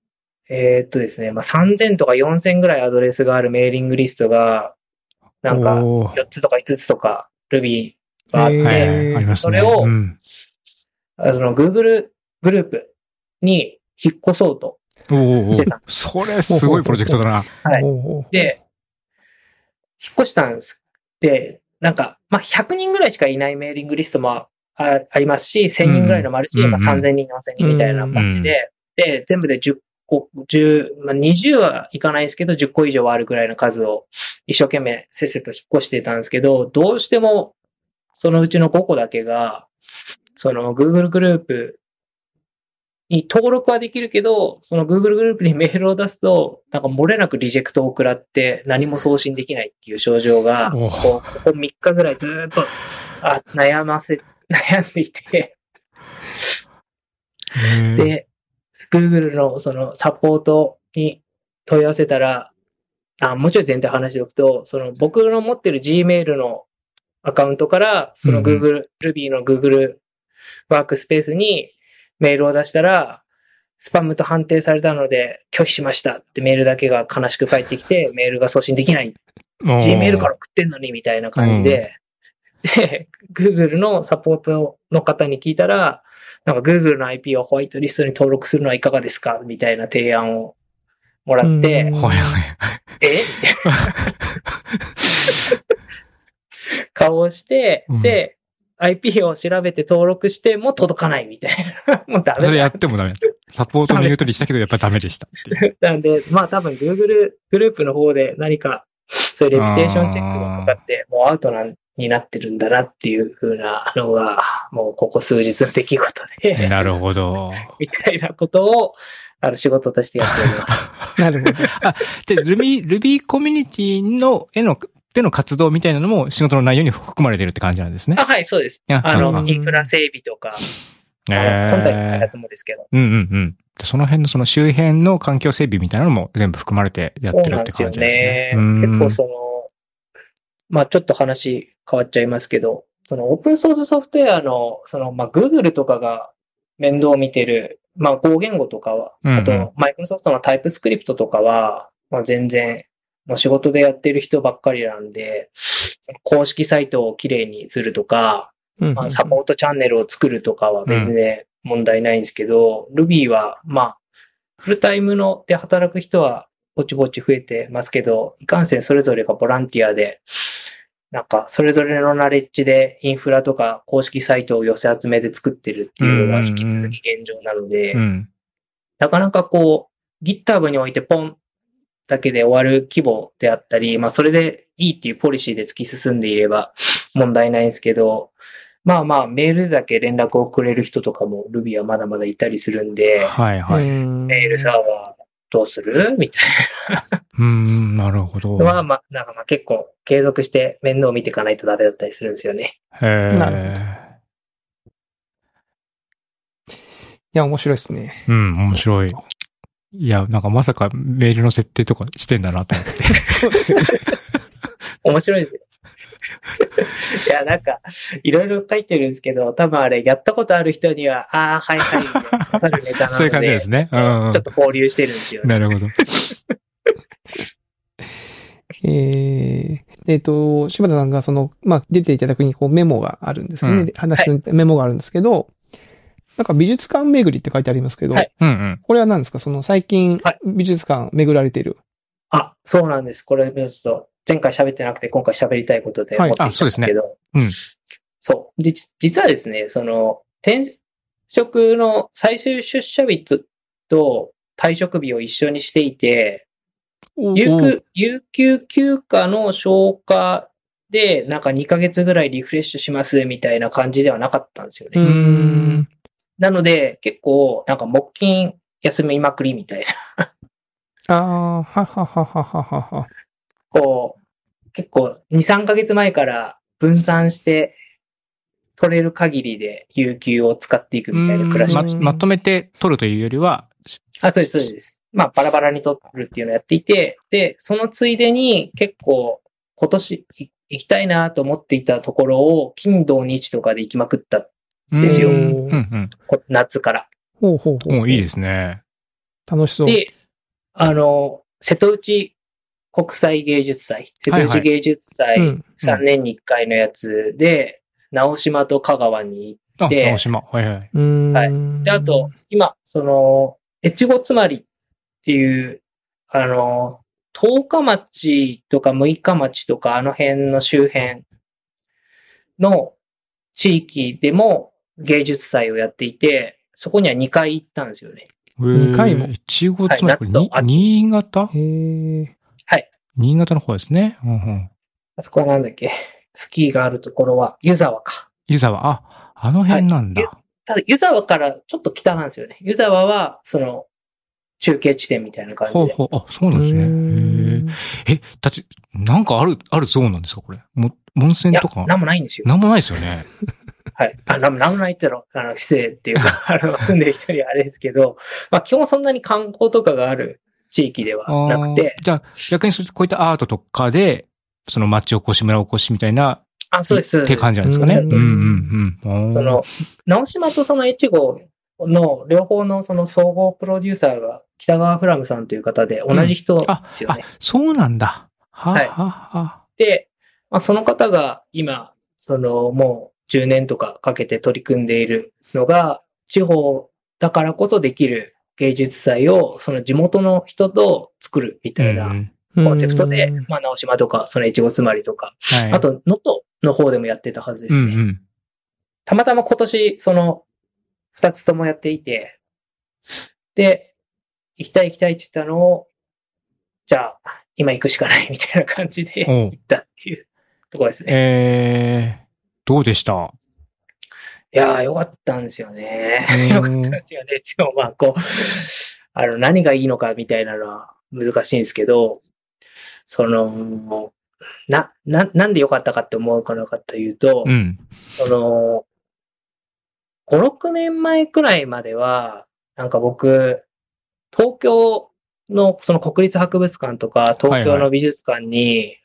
Speaker 3: えーっとですね、まあ、3000とか4000ぐらいアドレスがあるメーリングリストが、なんか、
Speaker 1: おー
Speaker 3: 4つとか5つとか Ruby があ
Speaker 2: え
Speaker 3: って、
Speaker 2: ー
Speaker 1: はいはい。ありますね。
Speaker 3: それを
Speaker 1: うん。
Speaker 3: あの Google グループに引っ越そうと。
Speaker 1: おーお
Speaker 3: して
Speaker 1: ー
Speaker 3: た
Speaker 1: それ、すごいプロジェクトだ
Speaker 3: (laughs)
Speaker 1: な。
Speaker 3: はい
Speaker 2: ほうほう
Speaker 3: で、引っ越したんです。で、なんか、まあ、100人ぐらいしかいないメーリングリストもあありますし、1000人ぐらいのもあるし、
Speaker 1: うん
Speaker 3: まあ、3000人、4000人みたいな感じで、で、全部で10個、10、まあ、20はいかないですけど、10個以上はあるぐらいの数を一生懸命せっせと引っ越してたんですけど、どうしてもそのうちの5個だけが、その Google グループに登録はできるけど、その Google グループにメールを出すと、なんか漏れなくリジェクトを食らって何も送信できないっていう症状が、
Speaker 1: お
Speaker 3: こう
Speaker 1: う
Speaker 3: ここ3日ぐらいずーっとあ悩ませ、 (laughs) 悩んでいて、
Speaker 1: へー
Speaker 3: で、Google のそのサポートに問い合わせたら、あもうちょい前提話しておくと、その僕の持ってる Gmail のアカウントから、その Google、Ruby の Google ワークスペースにメールを出したら、スパムと判定されたので拒否しましたってメールだけが悲しく返ってきて、メールが送信できない。
Speaker 1: おー
Speaker 3: Gmail から送ってんのにみたいな感じで、で、Google のサポートの方に聞いたら、なんか Google の IP をホワイトリストに登録するのはいかがですかみたいな提案をもらって、
Speaker 2: うん
Speaker 1: はいはい。
Speaker 3: え顔をして、
Speaker 1: うん
Speaker 3: で、IP を調べて登録しても届かないみたいな。 (laughs) もうダ
Speaker 1: そ
Speaker 3: メ
Speaker 1: れや
Speaker 3: だ
Speaker 1: っ。てもダメ。サポートの言う通りしたけど、やっぱりダメでしたっていう。
Speaker 3: なんで、まあ多分 Google グループの方で何か、そういうレピュテーションチェックがかかって、もうアウトなんになってるんだなっていう風なのが、もうここ数日の出来事
Speaker 1: (laughs)
Speaker 3: で、
Speaker 1: なるほど。
Speaker 3: みたいなことを、あの仕事としてやっております。
Speaker 2: なるほど。
Speaker 1: で、Ruby、Ruby コミュニティの、への、での活動みたいなのも仕事の内容に含まれてるって感じなんですね
Speaker 3: (laughs) あ、。はい、そうです。
Speaker 1: あ
Speaker 3: あ
Speaker 2: う
Speaker 3: の、
Speaker 2: ん
Speaker 3: インフラ整備とか、あの本体の開
Speaker 1: えー
Speaker 3: 発もですけど、
Speaker 1: うんうんうん。じゃあその辺のその周辺の環境整備みたいなのも全部含まれてやっ
Speaker 3: そう
Speaker 1: てるっ
Speaker 3: なん
Speaker 1: て
Speaker 3: ですよ
Speaker 1: 感じですね
Speaker 3: ね。。結構その、まあちょっと話変わっちゃいますけど、そのオープンソースソフトウェアの、その、まあ Google とかが面倒を見てる、まあ語言語とかは、
Speaker 1: うんうん
Speaker 3: あと、マイクロソフトのタイプスクリプトとかは、まあ全然、もう仕事でやってる人ばっかりなんで、その公式サイトをきれいにするとか、
Speaker 2: うん
Speaker 3: まあ、サポートチャンネルを作るとかは別で問題ないんですけど、Ruby は、まあ、フルタイムので働く人はぼちぼち増えてますけど、いかんせんそれぞれがボランティアで、なんか、それぞれのナレッジでインフラとか公式サイトを寄せ集めで作ってるっていうのが引き続き現状なので、
Speaker 1: うん。
Speaker 3: なかなかこう、GitHub においてポンだけで終わる規模であったり、まあそれでいいっていうポリシーで突き進んでいれば問題ないんですけど、まあまあメールだけ連絡をくれる人とかも Ruby はまだまだいたりするんで、
Speaker 1: はいはい。
Speaker 2: うん
Speaker 3: メールサーバどうするみたい
Speaker 1: ーん、なるほど。
Speaker 3: なのは、まあ、なんかまあ結構継続して面倒を見ていかないとダメだったりするんですよね。
Speaker 1: へ
Speaker 2: な
Speaker 1: え。
Speaker 2: や、面白いですね。
Speaker 1: うん、面白い。いや、なんかまさかメールの設定とかしてんだなと思って。
Speaker 2: そうですよね。
Speaker 3: 面白いですよ。 (laughs) いや、なんか、いろいろ書いてるんですけど、多分あれ、やったことある人には、ああ、はいはい、刺さるネタなの
Speaker 1: (laughs)
Speaker 3: で、
Speaker 1: そういう感じですね。うん、うん
Speaker 3: ちょっ。と交流してるんですよ
Speaker 1: な
Speaker 3: ね。
Speaker 1: るほ
Speaker 3: (laughs)
Speaker 1: ど。
Speaker 2: えーえっ、と、柴田さんがその、まあ、出ていただくにこうメモがあるんですよね。
Speaker 1: うん
Speaker 2: で話のメモがあるんですけど、なんか美術館巡りって書いてありますけど、
Speaker 3: はい
Speaker 1: うんうん。
Speaker 2: これは何ですかその最近
Speaker 3: はい
Speaker 2: 美術館巡られてる。
Speaker 3: あ、そうなんです。これ、ちょっと、前回喋ってなくて、今回喋りたいことで
Speaker 2: はい
Speaker 3: 持ってきたんですけど、
Speaker 1: うですねうん
Speaker 3: そう。じ、実はですね、その、転職の最終出社日とと退職日を一緒にしていて、有給、有給休暇の消化で、なんか2ヶ月ぐらいリフレッシュしますみたいな感じではなかったんですよね。
Speaker 1: う
Speaker 2: うんん。
Speaker 3: なので、結構、なんか木金休みまくりみたいな
Speaker 2: ああ、ははははははは。
Speaker 3: こう、結構2、3ヶ月前から分散して、取れる限りで有給を使っていくみたいな暮らし
Speaker 1: ま
Speaker 3: をし
Speaker 1: まとめて取るというよりは、
Speaker 3: あ、そうです、そうです。まあ、バラバラに取るっていうのをやっていて、で、そのついでに結構今年い行きたいなと思っていたところを、金土日とかで行きまくった、ですよ
Speaker 1: う
Speaker 2: うんん
Speaker 1: うん。
Speaker 3: こ夏から。
Speaker 2: ほうほうほう。
Speaker 1: もういいですね。
Speaker 2: 楽しそう。
Speaker 3: で、あの、瀬戸内国際芸術祭、瀬戸
Speaker 1: はいは
Speaker 3: 内
Speaker 1: い
Speaker 3: 芸術
Speaker 2: う
Speaker 3: 祭
Speaker 2: ん。
Speaker 3: 3年に1回のやつで、直島と香川に行っ
Speaker 1: あ、
Speaker 3: で
Speaker 1: 青島。はいはい。
Speaker 2: うーん。
Speaker 3: はいで、あと、、今、その、越後妻まっていう、あの、十日町とか六日町とかあの辺の周辺の地域でも芸術祭をやっていて、そこには2回行ったんですよね。
Speaker 1: 二
Speaker 2: 二回も
Speaker 1: ちご
Speaker 3: はい
Speaker 1: つまり、
Speaker 3: 夏と
Speaker 1: に
Speaker 3: 秋
Speaker 1: 新潟
Speaker 2: へえ。
Speaker 1: 新潟の方ですね。うんうん。
Speaker 3: あそこはなんだっけスキーがあるところは湯沢か。
Speaker 1: 湯沢、あ、あの辺なんだ。
Speaker 3: ただ湯沢からちょっと北なんですよね。湯沢は、その、中継地点みたいな感じ
Speaker 1: ほう
Speaker 3: で。
Speaker 1: ほう、あ、そうなんです
Speaker 2: うー
Speaker 1: ね。へ
Speaker 2: ん
Speaker 1: え、えだって、なんかある、あるゾーンなんですか、これ。も、温
Speaker 3: い
Speaker 1: 泉
Speaker 3: や
Speaker 1: とか、。
Speaker 3: なんもないんですよ。
Speaker 1: なんもないですよね。
Speaker 3: はい。あ、ななんもないってろ、あの、失礼ってい
Speaker 1: (laughs)
Speaker 3: うか、あの、住んでる人にはあれですけど、まあ、基本そんなに観光とかがある地域ではなくて
Speaker 1: あー、じゃあ、逆にそうこういったアートとかで、その町おこし、村おこしみたいな、
Speaker 3: あ、そうです。そう
Speaker 1: って
Speaker 3: です
Speaker 1: 感じなんですかね。
Speaker 3: う
Speaker 1: うんんうんうん。
Speaker 3: その、直島とその越後の両方のその総合プロデューサーが北川フラムさんという方で同じ人で
Speaker 1: あ
Speaker 3: す、よ
Speaker 1: あ
Speaker 3: ね。、
Speaker 1: そうなんだ。は
Speaker 3: はい
Speaker 1: はは。
Speaker 3: で、まあ、その方が今、その、もう10年とかかけて取り組んでいるのが、地方だからこそできる芸術祭を、その地元の人と作るみたいな
Speaker 1: うんうん
Speaker 3: コンセプトで
Speaker 2: う、ん
Speaker 3: まあ、直島とか、その越後つまりとか、
Speaker 1: はい。
Speaker 3: あ、と、能登の方でもやってたはずで
Speaker 1: う
Speaker 3: す
Speaker 1: ん
Speaker 3: ね。
Speaker 1: うん。
Speaker 3: たまたま今年、その、二つともやっていて、で、行きたい行きたいって言ったのを、じゃあ、今行くしかないみたいな感じで
Speaker 1: おう
Speaker 3: 行ったっていうところですね。
Speaker 1: えー、どうでした
Speaker 3: いやー、よかったんですよね。
Speaker 1: うん
Speaker 3: (laughs) よかったんですよね。でもまあ、こう、あの、何がいいのかみたいなのは難しいんですけど、その、な、な、なんでよかったかって思うかなかというと、
Speaker 1: うん。
Speaker 3: その、5、6年前くらいまでは、なんか僕、東京のその国立博物館とか、東京の美術館に、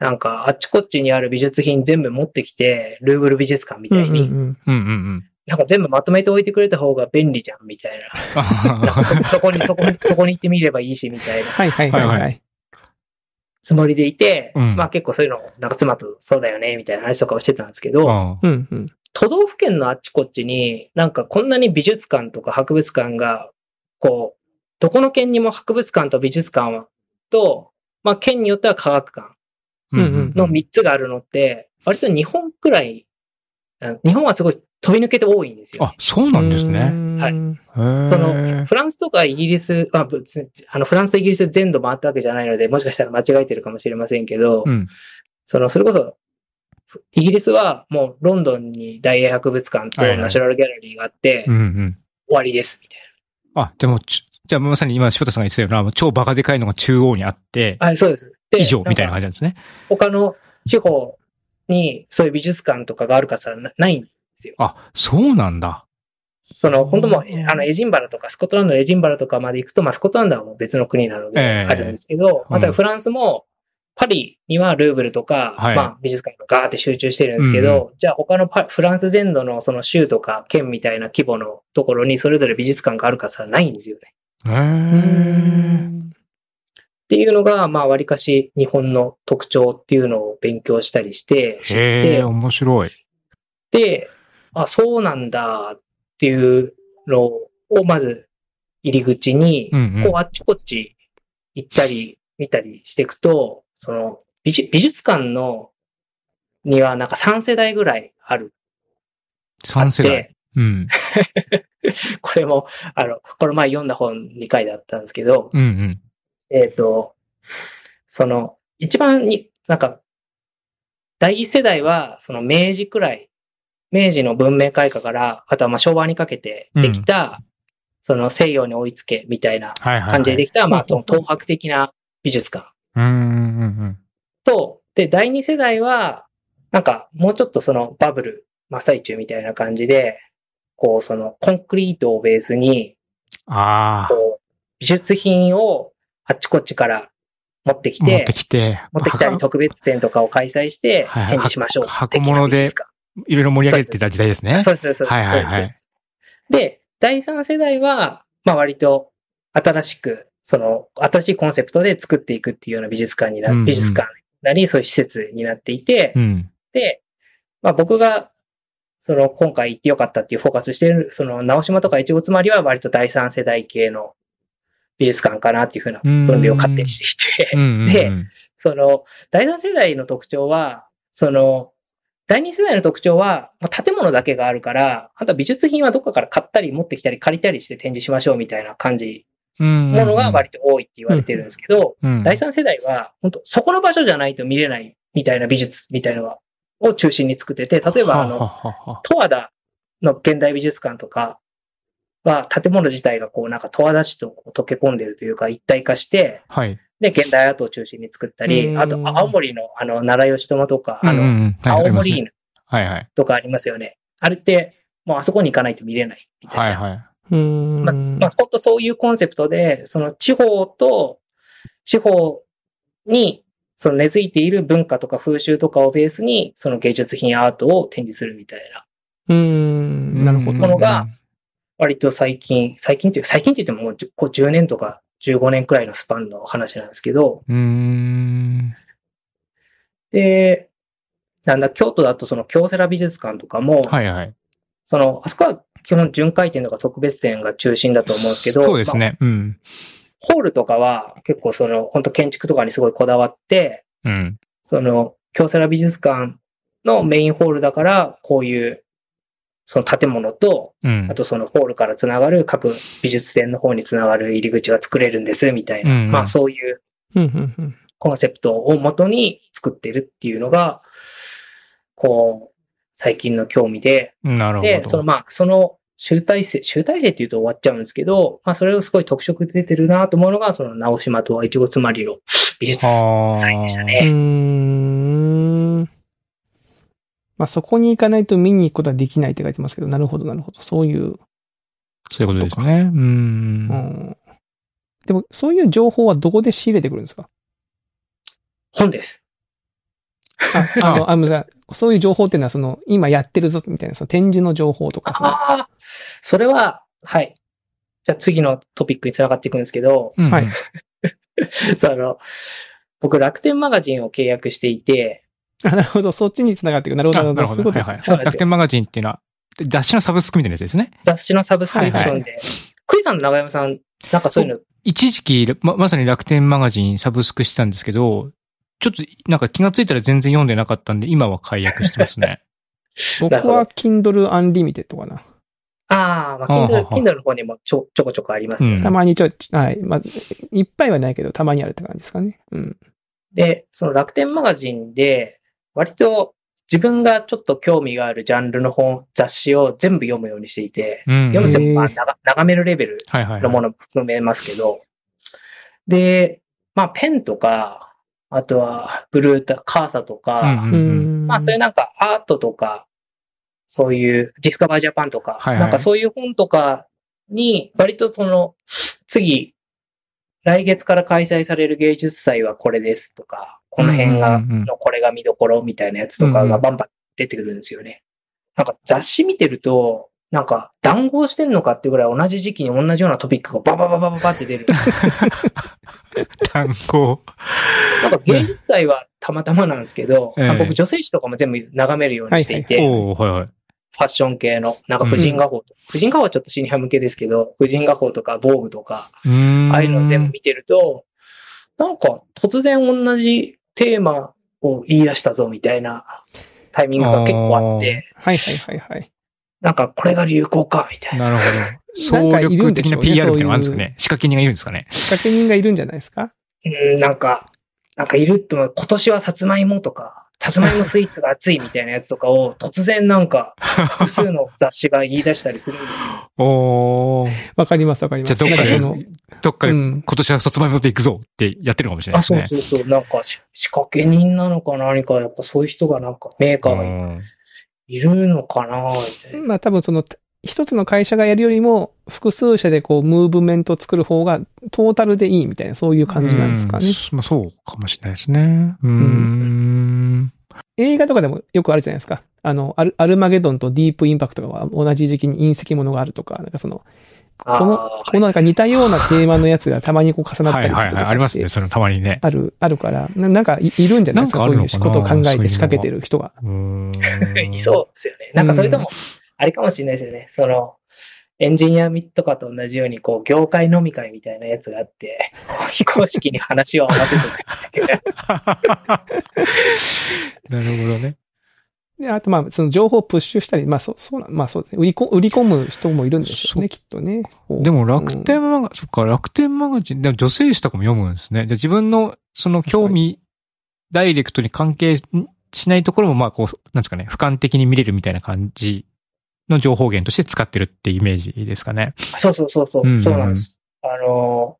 Speaker 3: なんかあっちこっちにある美術品全部持ってきて、ルーブル美術館みたいに、
Speaker 2: うん
Speaker 1: うんう
Speaker 2: うん
Speaker 1: んうん。
Speaker 3: なんか全部まとめておいてくれた方が便利じゃん、みたいな。
Speaker 1: あは
Speaker 3: なんか
Speaker 1: は
Speaker 3: そそこに、そこに、そこに行ってみればいいし、みたいな
Speaker 2: はいはいはい
Speaker 1: はいは
Speaker 2: はい。
Speaker 3: つもりでいて、
Speaker 1: うん
Speaker 3: まあ結構そういうの、なんか妻とそうだよね、みたいな話とかをしてたんですけど、
Speaker 1: あ
Speaker 2: うんうん。
Speaker 3: 都道府県のあっちこっちに、なんかこんなに美術館とか博物館が、こう、どこの県にも博物館と美術館はと、まあ県によっては科学館
Speaker 1: うんう
Speaker 2: うん
Speaker 1: ん
Speaker 3: の3つがあるのって、割と日本くらい、あ日本はすごい飛び抜けて多いんですよ
Speaker 1: あ
Speaker 3: ね、。
Speaker 1: そうなんです
Speaker 2: うー
Speaker 1: ね。
Speaker 2: ん
Speaker 3: はい
Speaker 1: そ
Speaker 3: その、フランスとかイギリス、まあ、ぶつあのフランスとイギリス全土回ったわけじゃないので、もしかしたら間違えてるかもしれませんけど、
Speaker 1: うん。
Speaker 3: その、それこそ、イギリスはもうロンドンに大英博物館と
Speaker 1: はいはい
Speaker 3: ナショナルギャラリーがあって、
Speaker 1: うんうん。
Speaker 3: 終わりです、みたいな。
Speaker 1: あ、でもち、じゃあまさに今、翔太さんが言ってたような、もう超バカでかいのが中央にあって、
Speaker 3: はい、そうです。で
Speaker 1: 以上みたいな
Speaker 3: なんか
Speaker 1: 感じなんですね。
Speaker 3: 他の地方にそういう美術館とかがあるかさ、なない。
Speaker 1: あ、そうなんだ。
Speaker 3: その、本当もう
Speaker 2: うん、
Speaker 3: あの、エジンバラとか、スコットランドのエジンバラとかまで行くと、まあ、スコットランドはもう別の国なので、
Speaker 1: ええ
Speaker 3: あるんですけど、ま
Speaker 1: う
Speaker 3: た
Speaker 1: ん
Speaker 3: フランスも、パリにはルーブルとか、
Speaker 1: はい
Speaker 3: まあ、美術館がガーって集中してるんですけど、じゃあ他のパフランス全土のその州とか県みたいな規模のところにそれぞれ美術館があるかさ、ないんですよね。
Speaker 1: へ
Speaker 2: う
Speaker 1: ー。
Speaker 2: ん
Speaker 3: っていうのが、まあ、わりかし日本の特徴っていうのを勉強したりして、
Speaker 1: へー、面白い。
Speaker 3: で、あ、そうなんだっていうのを、まず入り口に
Speaker 1: う、ん
Speaker 3: こうあっちこっち行ったり見たりしていくと、その美術美術館のにはなんか3世代ぐらいある。
Speaker 1: うん。3世代。うん。
Speaker 3: これも、あの、この前読んだ本2回だったんですけど、
Speaker 1: うんうん。
Speaker 3: えっ、と、その、一番に、なんか、第一世代は、その明治くらい、明治の文明開化から、あとはまあ昭和にかけてできた、その西洋に追いつけみたいな
Speaker 1: はいはい、はい。
Speaker 3: 感じでできた、まあ、
Speaker 2: ほ
Speaker 3: そ
Speaker 2: ほ
Speaker 3: うの
Speaker 2: うほう
Speaker 3: 東博的な美術館
Speaker 1: うんうんうん
Speaker 3: と、で、第二世代は、なんか、もうちょっとそのバブル真っ最中みたいな感じで、こう、そのコンクリートをベースに、
Speaker 1: うん。ああ。
Speaker 3: こう美術品をあっちこっちから持ってき
Speaker 1: 持ってて、きて。
Speaker 3: 持ってきたり特別展とかを開催して
Speaker 1: (laughs) はいはい
Speaker 3: 展示しましょう。
Speaker 1: 箱箱物で
Speaker 3: 美術館
Speaker 1: いろいろ盛り上げてた時代ですね。
Speaker 3: そうです、そうです。
Speaker 1: はいはいはい
Speaker 3: そうですそうですで、第3世代は、まあ割と新しく、その、新しいコンセプトで作っていくっていうような美術館にな、
Speaker 1: うんうん
Speaker 3: 美術館なり、そういう施設になっていて、
Speaker 1: うん。
Speaker 3: で、まあ僕が、その今回行ってよかったっていうフォーカスしてる、その直島とか越後妻有は割と第三世代系の美術館かなっていうふうな分類を勝手にしていて、
Speaker 1: うんうんうん、
Speaker 3: でその第三世代の特徴は、その第二世代の特徴は、まあ、建物だけがあるから、あとは美術品はどっかから買ったり持ってきたり借りたりして展示しましょうみたいな感じ、
Speaker 1: うん
Speaker 3: ものが割と多いって言われてるんですけど、
Speaker 1: うん、
Speaker 3: 第三世代は、本当そこの場所じゃないと見れないみたいな美術みたいなのを中心に作ってて、例えば、あ
Speaker 1: はは
Speaker 3: の、
Speaker 1: はは
Speaker 3: 十和田の現代美術館とかは、建物自体がこう、なんか十和田市とこう溶け込んでるというか、一体化して、
Speaker 1: はい。
Speaker 3: で、現代アートを中心に作った
Speaker 1: う
Speaker 3: り、
Speaker 1: ん
Speaker 3: あと、青森の、あの、奈良吉友とか、あ
Speaker 1: うん
Speaker 3: の、
Speaker 1: うんうんはいあ
Speaker 3: 青
Speaker 1: ります
Speaker 3: 森
Speaker 1: ね
Speaker 3: 犬
Speaker 1: はいはい。
Speaker 3: とかありますよね。あれって、もうあそこに行かないと見れないみたいな。
Speaker 1: はいはい。
Speaker 2: うん
Speaker 3: まあ、まあ、本当そういうコンセプトで、その地方と、地方に、その根付いている文化とか風習とかをベースに、その芸術品アートを展示するみたいな、
Speaker 2: うんなるほ
Speaker 1: うん
Speaker 2: ど
Speaker 3: も。のが、割と最近、最近というか、最近って言ってももう10こう10年とか15年くらいのスパンの話なんですけど、
Speaker 1: うーん。
Speaker 3: で、なんだ、京都だとその京セラ美術館とかも、
Speaker 1: はいはい。
Speaker 3: その、あそこは基本巡回展とか特別展が中心だと思うんですけど、
Speaker 1: そうですね。うん。
Speaker 3: まあホールとかは結構その、本当建築とかにすごいこだわって、
Speaker 1: うん。
Speaker 3: その、京セラ美術館のメインホールだから、こういう、その建物と、
Speaker 1: うん。
Speaker 3: あとそのホールからつながる各美術展の方につながる入り口が作れるんです、みたいな、
Speaker 1: うんうん
Speaker 3: まあそういう
Speaker 2: うんうんうん
Speaker 3: コンセプトを元に作ってるっていうのが、こう、最近の興味で、
Speaker 1: なるほど。
Speaker 3: で、そのまあ、その集大成、集大成っていうと終わっちゃうんですけど、まあそれをすごい特色出てるなと思うのが、その直島と越後妻有の美術
Speaker 1: はあ
Speaker 3: 祭でしたね
Speaker 2: う。ーん。まあそこに行かないと見に行くことはできないって書いてますけど、なるほど、なるほど。そういう。
Speaker 1: そういうことですね。う。
Speaker 2: うんん、でも、そういう情報はどこで仕入れてくるんですか
Speaker 3: 本です。
Speaker 2: あ、あの、あのさ、そういう情報っていうのは、その、今やってるぞ、みたいな、その展示の情報とか。
Speaker 3: ああ、それは、はい。じゃあ次のトピックにつながっていくんですけど、 (laughs)
Speaker 1: うん
Speaker 2: はい。
Speaker 3: その、僕楽天マガジンを契約していて、
Speaker 2: あなるほど、そっちに繋がっていく。なるほ
Speaker 1: あ
Speaker 2: ど、
Speaker 1: な
Speaker 2: な
Speaker 1: る
Speaker 2: る
Speaker 1: ほ
Speaker 2: ほ
Speaker 1: ど。は
Speaker 2: ど。
Speaker 1: い
Speaker 2: そういうことです
Speaker 1: は
Speaker 2: ね
Speaker 1: い。
Speaker 3: そうですよ
Speaker 1: 楽天マガジンっていうのは、雑誌のサブスクみたいなやつですね。
Speaker 3: 雑誌のサブスクリプションで、クイさんと長山さん、なんかそういうの、
Speaker 1: 一時期、ま、まさに楽天マガジンサブスクしてたんですけど、ちょっとなんか気がついたら全然読んでなかったんで、今は解約してますね。
Speaker 3: なる
Speaker 2: 僕
Speaker 3: ほど
Speaker 2: は Kindle Unlimited かな。
Speaker 3: ああ、まあ、
Speaker 1: あーは
Speaker 3: Kindle,
Speaker 1: は
Speaker 3: Kindle の方にもちょちょこちょこありますよね、
Speaker 1: うん
Speaker 2: たまにちょ、はい。まあ、いっぱいはないけど、たまにあるって感じですかね。うん。
Speaker 3: で、その楽天マガジンで、割と自分がちょっと興味があるジャンルの本、雑誌を全部読むようにしていて、
Speaker 1: うん。
Speaker 3: 読む
Speaker 2: せ
Speaker 3: 人
Speaker 2: ば
Speaker 3: もまあ
Speaker 2: へー
Speaker 3: 眺眺めるレベル
Speaker 1: はいはい
Speaker 3: の
Speaker 1: はい。
Speaker 3: ものも含めますけど、で、まあペンとか、あとはブルータ、カーサとか、
Speaker 1: うんうんうん
Speaker 3: まあそういうなんかアートとか、そういうディスカバージャパンとか、
Speaker 1: はいはい
Speaker 3: なんかそういう本とかに、割とその、次、来月から開催される芸術祭はこれですとか、この辺が、
Speaker 1: うんうんうん
Speaker 3: のこれが見どころみたいなやつとかがバンバン出てくるんですよね。なんか雑誌見てると、なんか談合してんのかってぐらい同じ時期に同じようなトピックがババババババって
Speaker 1: (laughs)
Speaker 3: 出る。
Speaker 1: 単語。
Speaker 3: なんか芸術祭はたまたまなんですけど、
Speaker 1: ええ
Speaker 3: あ僕女性誌とかも全部眺めるようにしていて、
Speaker 1: おおはいはい。
Speaker 3: ファッション系の、なんか婦人画報と、婦人画報はちょっとシニア向けですけど、婦人画報とか防具とか、
Speaker 1: うーん。
Speaker 3: ああいうのを全部見てると、なんか突然同じテーマを言い出したぞみたいなタイミングが結構あって、
Speaker 2: はいはいはいはい。
Speaker 3: なんかこれが流行かみたいな。
Speaker 1: なるほど。
Speaker 2: な
Speaker 1: 総
Speaker 2: んかいる
Speaker 1: 力
Speaker 2: んで
Speaker 1: 的
Speaker 2: しょ
Speaker 1: な
Speaker 2: うね
Speaker 1: PR みたいなのがあるんです
Speaker 2: そう
Speaker 1: か
Speaker 2: い
Speaker 1: ね。仕掛け人がいるんですかね。
Speaker 2: 仕掛け人がいるんじゃないですか
Speaker 3: うん、なんか、なんかいると、今年はさつまいもとか、さつまいもスイーツが熱いみたいなやつとかを突然なんか、複数の雑誌が言い出したりするんですよ。
Speaker 1: おー
Speaker 2: わかりますわかります。
Speaker 1: じゃあどっか
Speaker 2: な
Speaker 1: で
Speaker 2: んその、
Speaker 1: どっかで
Speaker 2: う
Speaker 1: 今
Speaker 2: ん。
Speaker 1: 年は卒業で行くぞってやってるのかもしれないです
Speaker 3: あ、そう
Speaker 1: ね。
Speaker 3: そうそう。なんかし、仕掛け人なのか何か、やっぱそういう人がなんか、メーカーが
Speaker 1: うん
Speaker 3: いるのかな、みたいな。
Speaker 2: まあ多分その、一つの会社がやるよりも、複数社でこう、ムーブメントを作る方が、トータルでいいみたいな、そういう感じなんですかね。
Speaker 1: うんまあそうかもしれないですね。うーん。
Speaker 2: 映画とかでもよくあるじゃないですか。あの、アルアルマゲドンとディープインパクトが同じ時期に隕石ものがあるとか、なんかその、
Speaker 3: あー
Speaker 2: この、このなんか似たようなテーマのやつがたまにこう重なった
Speaker 1: は
Speaker 2: り
Speaker 1: い
Speaker 2: する
Speaker 1: はい
Speaker 2: と
Speaker 1: はい。
Speaker 2: か。
Speaker 1: ありますね。。そのたまにね。
Speaker 2: ある、あるから、ななんかいいるんじゃないですか
Speaker 1: なんかあるのかな
Speaker 2: そういうことを考えて仕掛けてる人が。
Speaker 1: うー
Speaker 2: (laughs)
Speaker 1: ん。
Speaker 3: そうですよね。なんかそれとも、あれかもしれないですよね。その、エンジニアとかと同じように、こう、業界飲み会みたいなやつがあって、こう非公式に話を合わせておく。
Speaker 1: (laughs) なるほどね。
Speaker 2: で、あとまあ、その情報をプッシュしたり、まあそう、そうな、まあそうですね。売りこ、売り込む人もいるんでしょうね、きっとね。こう
Speaker 1: でも楽天マガ、そっか、楽天マガジン、でも女性誌とかも読むんですね。で、自分の、その興味、ダイレクトに関係しないところも、まあ、こう、なんですかね、俯瞰的に見れるみたいな感じの情報源として使ってるってイメージですかね。
Speaker 3: そうそうそうそうう、
Speaker 1: ん
Speaker 3: そうなんです。あの、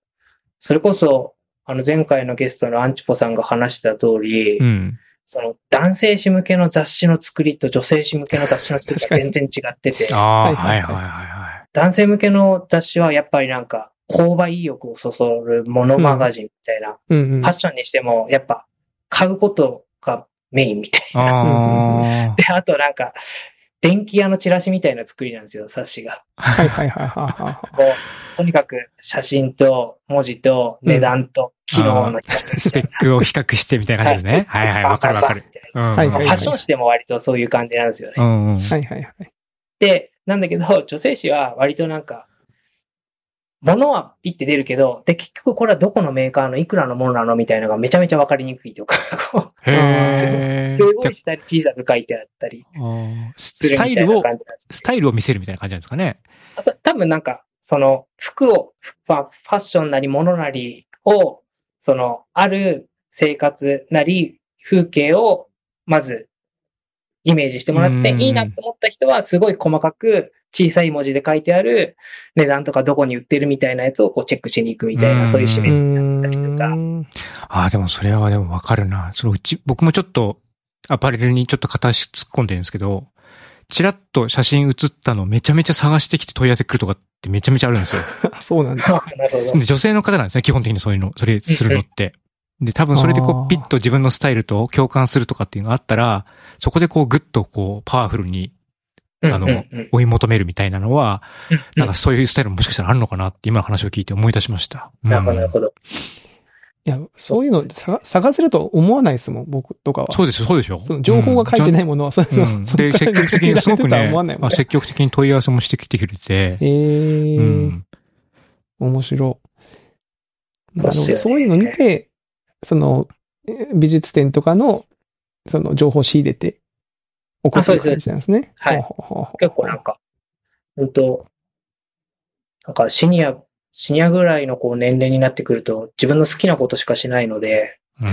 Speaker 3: それこそ、あの、前回のゲストのアンチポさんが話した通り、
Speaker 1: うん。
Speaker 3: その、男性誌向けの雑誌の作りと女性誌向けの雑誌の作り
Speaker 2: 確
Speaker 3: が
Speaker 2: か
Speaker 3: 全
Speaker 2: に
Speaker 3: 然違ってて、
Speaker 1: ああ、はい
Speaker 2: は
Speaker 1: はいい
Speaker 2: は
Speaker 1: はいい
Speaker 2: はい
Speaker 1: は
Speaker 3: 男性向けの雑誌はやっぱりなんか、購買意欲をそそるモノマガジンみたいな、
Speaker 2: う
Speaker 1: (laughs)
Speaker 2: んうん。
Speaker 3: ファッションにしても、やっぱ、買うことがメインみたい
Speaker 1: い。あ (laughs)
Speaker 3: な。あとなんか、電気屋のチラシみたいな作りなんですよ、冊子が。
Speaker 2: はいはいはいはいは
Speaker 3: こ
Speaker 1: (laughs)
Speaker 3: う、とにかく写真と文字と値段と機能の比較
Speaker 1: あ、スペックを比較してみたいな感じです
Speaker 2: (laughs)
Speaker 1: ね。はいはい、わかるわかる。。うんうんうん。
Speaker 2: はい
Speaker 3: バンバンバンみたいなまあ
Speaker 2: はい
Speaker 3: ファッション誌でも割とそういう感じなんですよね。
Speaker 1: うんうん
Speaker 2: い。。はいはいはい。
Speaker 3: で、なんだけど、 (laughs) 女性誌は割となんか、物はピッて出るけど、で、結局これはどこのメーカーのいくらのものなのみたいなのがめちゃめちゃわかりにくいとか、こ
Speaker 1: へ
Speaker 3: う、
Speaker 1: ー
Speaker 3: すごい下に小さく書いてあったり
Speaker 1: あー
Speaker 3: す
Speaker 1: ス
Speaker 3: る
Speaker 1: スタ
Speaker 3: み
Speaker 1: イ
Speaker 3: たい
Speaker 1: ル
Speaker 3: な
Speaker 1: を、
Speaker 3: 感じなんです
Speaker 1: スタイルを見せるみたいな感じなんですかね。
Speaker 3: あそ多分なんか、その服を、ふまあ、ファッションなり物なりを、その、ある生活なり風景を、まず、イメージしてもらって、
Speaker 1: うん
Speaker 3: いいなと思った人は、すごい細かく、小さい文字で書いてある、値段とかどこに売ってるみたいなやつをこうチェックしに行くみたいうな、
Speaker 1: ん
Speaker 3: そういう締
Speaker 2: う
Speaker 3: めになったりとか。
Speaker 2: ーん。
Speaker 1: ああ、でもそれはでもわかるな。そのうち、僕もちょっとアパレルにちょっと片足突っ込んでるんですけど、チラッと写真写ったのめちゃめちゃ探してきて問い合わせ来るとかってめちゃめちゃあるん
Speaker 3: (laughs)
Speaker 1: ですよ。
Speaker 2: あそうなんだ。
Speaker 3: なるほど
Speaker 1: で。女性の方なんですね、基本的にそういうの、それするのって。で、多分それで
Speaker 2: あ
Speaker 1: こ
Speaker 2: ー
Speaker 1: う、ピッと自分のスタイルと共感するとかっていうのがあったら、そこでこう、グッとこう、パワフルに (laughs) あの
Speaker 3: うんうんうん
Speaker 1: 追い求めるみたいなのは、
Speaker 3: うんうん
Speaker 1: なんかそういうスタイルももしかしたらあるのかなって今の話を聞いて思い出しました。うん
Speaker 3: なるほど、なるほど。
Speaker 2: いや、そういうの探探せると思わないですもん、僕とかは。
Speaker 1: そうですよ、そうでしょ。
Speaker 2: その情報が書いてないものは、そういう
Speaker 1: う
Speaker 2: の、
Speaker 1: ん
Speaker 2: その
Speaker 1: で、積極的に、すごく
Speaker 2: とは
Speaker 1: ね
Speaker 2: 思わない、も
Speaker 1: まあ
Speaker 2: んね。
Speaker 1: 積極的に問い合わせもしてきてくれて、
Speaker 2: え
Speaker 1: う
Speaker 2: ー、
Speaker 1: ん。 (laughs)
Speaker 2: 面白い。なるほ
Speaker 3: そうっすよ
Speaker 2: ど。
Speaker 3: ね
Speaker 2: そういうの見て、その、えー美術展とかの、その、情報を仕入れて、送ってる感じなんですね。
Speaker 3: あそうですそうですは
Speaker 2: ほ
Speaker 3: い
Speaker 2: うほうほう
Speaker 3: 結構なんか、本当なんかシニア、シニアぐらいのこう年齢になってくると、自分の好きなことしかしないので、
Speaker 1: うん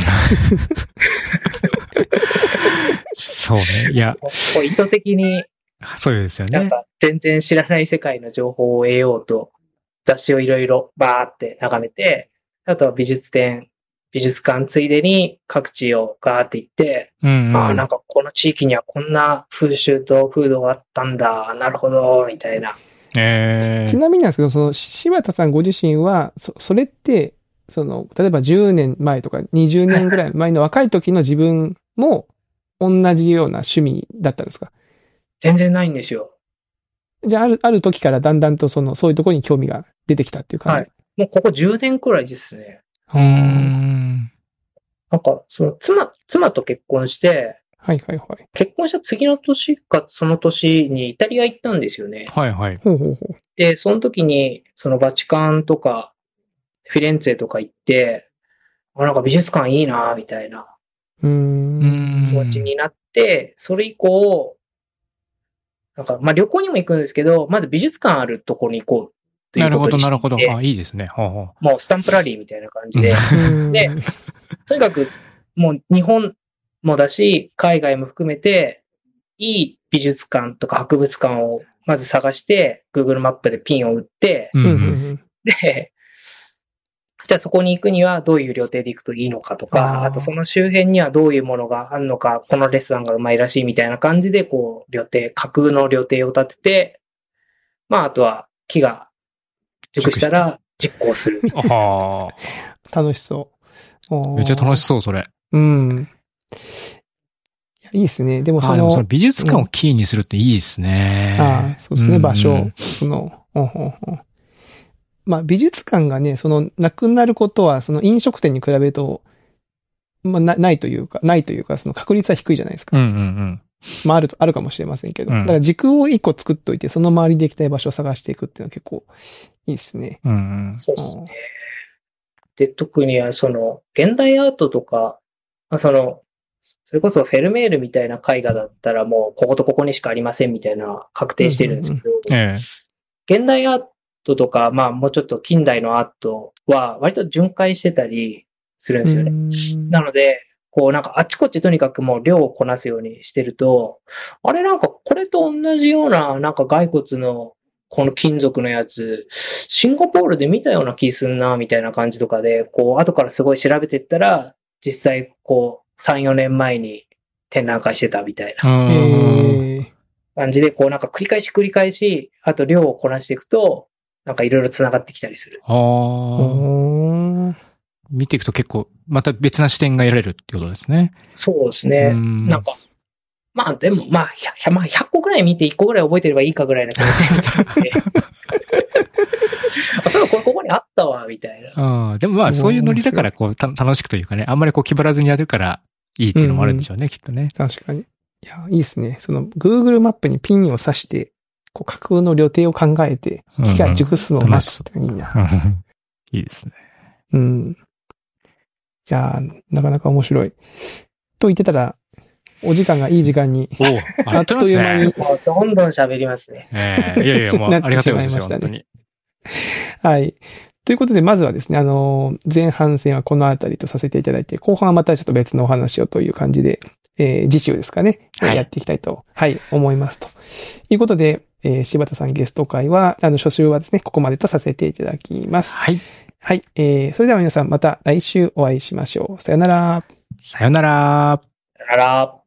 Speaker 1: そうね。いや、
Speaker 3: こう意図的に
Speaker 1: そうですよ
Speaker 3: なん
Speaker 1: ね。
Speaker 3: か全然知らない世界の情報を得ようと、雑誌をいろいろバーって眺めて、あとは美術展、美術館ついでに各地をガーって行って、
Speaker 1: うん、
Speaker 3: あ
Speaker 1: う
Speaker 3: あ、
Speaker 1: ん
Speaker 3: なん。かこの地域にはこんな風習と風土があったんだ、なるほど、みたいな。
Speaker 1: え
Speaker 2: ち
Speaker 1: ー
Speaker 2: なみになんですけど、その柴田さんご自身は、そそれって、その、例えば10年前とか20年ぐらい前の若い時の自分も同じような趣味だったんですか
Speaker 3: 全然ないんですよ。
Speaker 2: じゃあ、ある、ある時からだんだんとその、そういうところに興味が出てきたっていう感じ。
Speaker 3: もうここ10年くらいですね。
Speaker 1: うーん。
Speaker 3: なんか、その妻、妻と結婚して、
Speaker 2: はいはいはい。
Speaker 3: 結婚した次の年かその年にイタリア行ったんですよね。
Speaker 1: はいはい。
Speaker 2: ほうほうほ
Speaker 3: で、その時に、そのバチカンとか、フィレンツェとか行って、あなんか美術館いいな、みたいな
Speaker 2: う。うー。
Speaker 1: うん
Speaker 3: 気
Speaker 1: ん。
Speaker 3: 持ちになって、それ以降、なんか、まあ旅行にも行くんですけど、まず美術館あるところに行こうとい
Speaker 1: な
Speaker 3: う
Speaker 1: る
Speaker 3: こ
Speaker 1: ほ
Speaker 3: と
Speaker 1: ど、
Speaker 3: に
Speaker 1: なるほど。
Speaker 3: して、
Speaker 1: あ、いいですね。ほうほう。
Speaker 3: もうスタンプラリーみたいな感じで、
Speaker 2: うん
Speaker 3: でとにかく、もう日本もだし、海外も含めて、いい美術館とか博物館をまず探して、Google マップでピンを打って、
Speaker 1: う
Speaker 2: うんん
Speaker 1: う
Speaker 2: うん
Speaker 1: ん。
Speaker 2: うん
Speaker 3: で、じゃあそこに行くにはどういう料亭で行くといいのかとか、
Speaker 2: あー
Speaker 3: あとその周辺にはどういうものがあるのか、このレストランがうまいらしいみたいな感じで、こう、料亭、架空の料亭を建てて、まああとは木が熟したら実行する。
Speaker 1: は
Speaker 2: 楽しそう。
Speaker 1: あ。めっちゃ楽し
Speaker 2: そ
Speaker 1: そう、それ。
Speaker 2: う。うん。いやいいですね。でも
Speaker 1: あ
Speaker 2: そ
Speaker 1: でも
Speaker 2: の、
Speaker 1: その美術館をキーにするっていいですね。
Speaker 2: ああ、そうですね、
Speaker 1: ん
Speaker 2: 場
Speaker 1: う
Speaker 2: 所
Speaker 1: ん。
Speaker 2: その、ほんほんほんまあ、美術館がね、その、なくなることは、その飲食店に比べると、まあ、なないというか、ないというか、その確率は低いじゃないです
Speaker 1: う
Speaker 2: か。
Speaker 1: んうん
Speaker 2: まあ、あると、あるかもしれませんけど。
Speaker 1: うん
Speaker 2: だから軸を一個作っといて、その周りで行きたい場所を探していくっていうのは結構いいですね。
Speaker 1: うん。うん
Speaker 3: そう
Speaker 2: う
Speaker 3: です
Speaker 2: ん
Speaker 3: ね。で、特にその、現代アートとか、まあ、その、それこそフェルメールみたいな絵画だったらもう、こことここにしかありませんみたいな確定してるんですけど、
Speaker 1: うん。ええ。
Speaker 3: 現代アートとか、まあもうちょっと近代のアートは割と巡回してたりするんですよね。なので、こうなんかあっちこっちとにかくもう量をこなすようにしてると、あれなんかこれと同じようななんか骸骨のこの金属のやつ、シンガポールで見たような気すんなみたいな感じとかで、こう後からすごい調べてったら、実際こう3、4年前に展覧会してたみたいな。
Speaker 1: うんうん
Speaker 2: ええ
Speaker 3: 感じで、こうなんか繰り返し繰り返し、あと量をこなしていくと、なんかいろいろ繋がってきたりする。
Speaker 1: ああ。
Speaker 2: ほー
Speaker 1: 見ていくと結構、また別な視点が得られるってことですね。
Speaker 3: そうです
Speaker 1: う
Speaker 3: ね。
Speaker 1: ん
Speaker 3: なんか、まあでも、まあ、100, まあ100個ぐらい見て1個ぐらい覚えてればいいかぐらいな感じ
Speaker 1: (laughs)
Speaker 3: で。あ、そういえばこれここにあったわ、みたいな。
Speaker 1: ああ、でもまあそういうノリだからこう、た楽しくというかね、あんまりこう気張らずにやるからいいっていうのもあるんでしょうね、きっとね。
Speaker 2: 確かに。いや、いいですね。その、Google マップにピンを刺して、こう、架空の旅程を考えて、
Speaker 1: う
Speaker 2: 機
Speaker 1: んう
Speaker 2: が
Speaker 1: ん
Speaker 2: 熟すのを待つっていいな。
Speaker 1: うん (laughs) いいですね。
Speaker 2: うん。いやー、なかなか面白い。と言ってたら、お時間がいい時間に、
Speaker 1: おお、あっという間に。
Speaker 3: もうどんどん喋りますね。
Speaker 1: ええいやいや、もう
Speaker 2: なって
Speaker 1: ありがたいことですよ、
Speaker 2: しま
Speaker 1: 本当
Speaker 2: いましたね
Speaker 1: に。
Speaker 2: はい。ということで、まずはですね、あのー前半戦はこのあたりとさせていただいて、後半はまたちょっと別のお話をという感じで、えー次週ですかね、えー
Speaker 1: はい
Speaker 2: やっていきたいと、はい、思いますと。いうことで、えー柴田さんゲスト会は、あの、初週はですね、ここまでとさせていただきます。
Speaker 1: はい。
Speaker 2: はい。えーそれでは皆さん、また来週お会いしましょう。さよなら。
Speaker 1: さよなら。
Speaker 3: だから、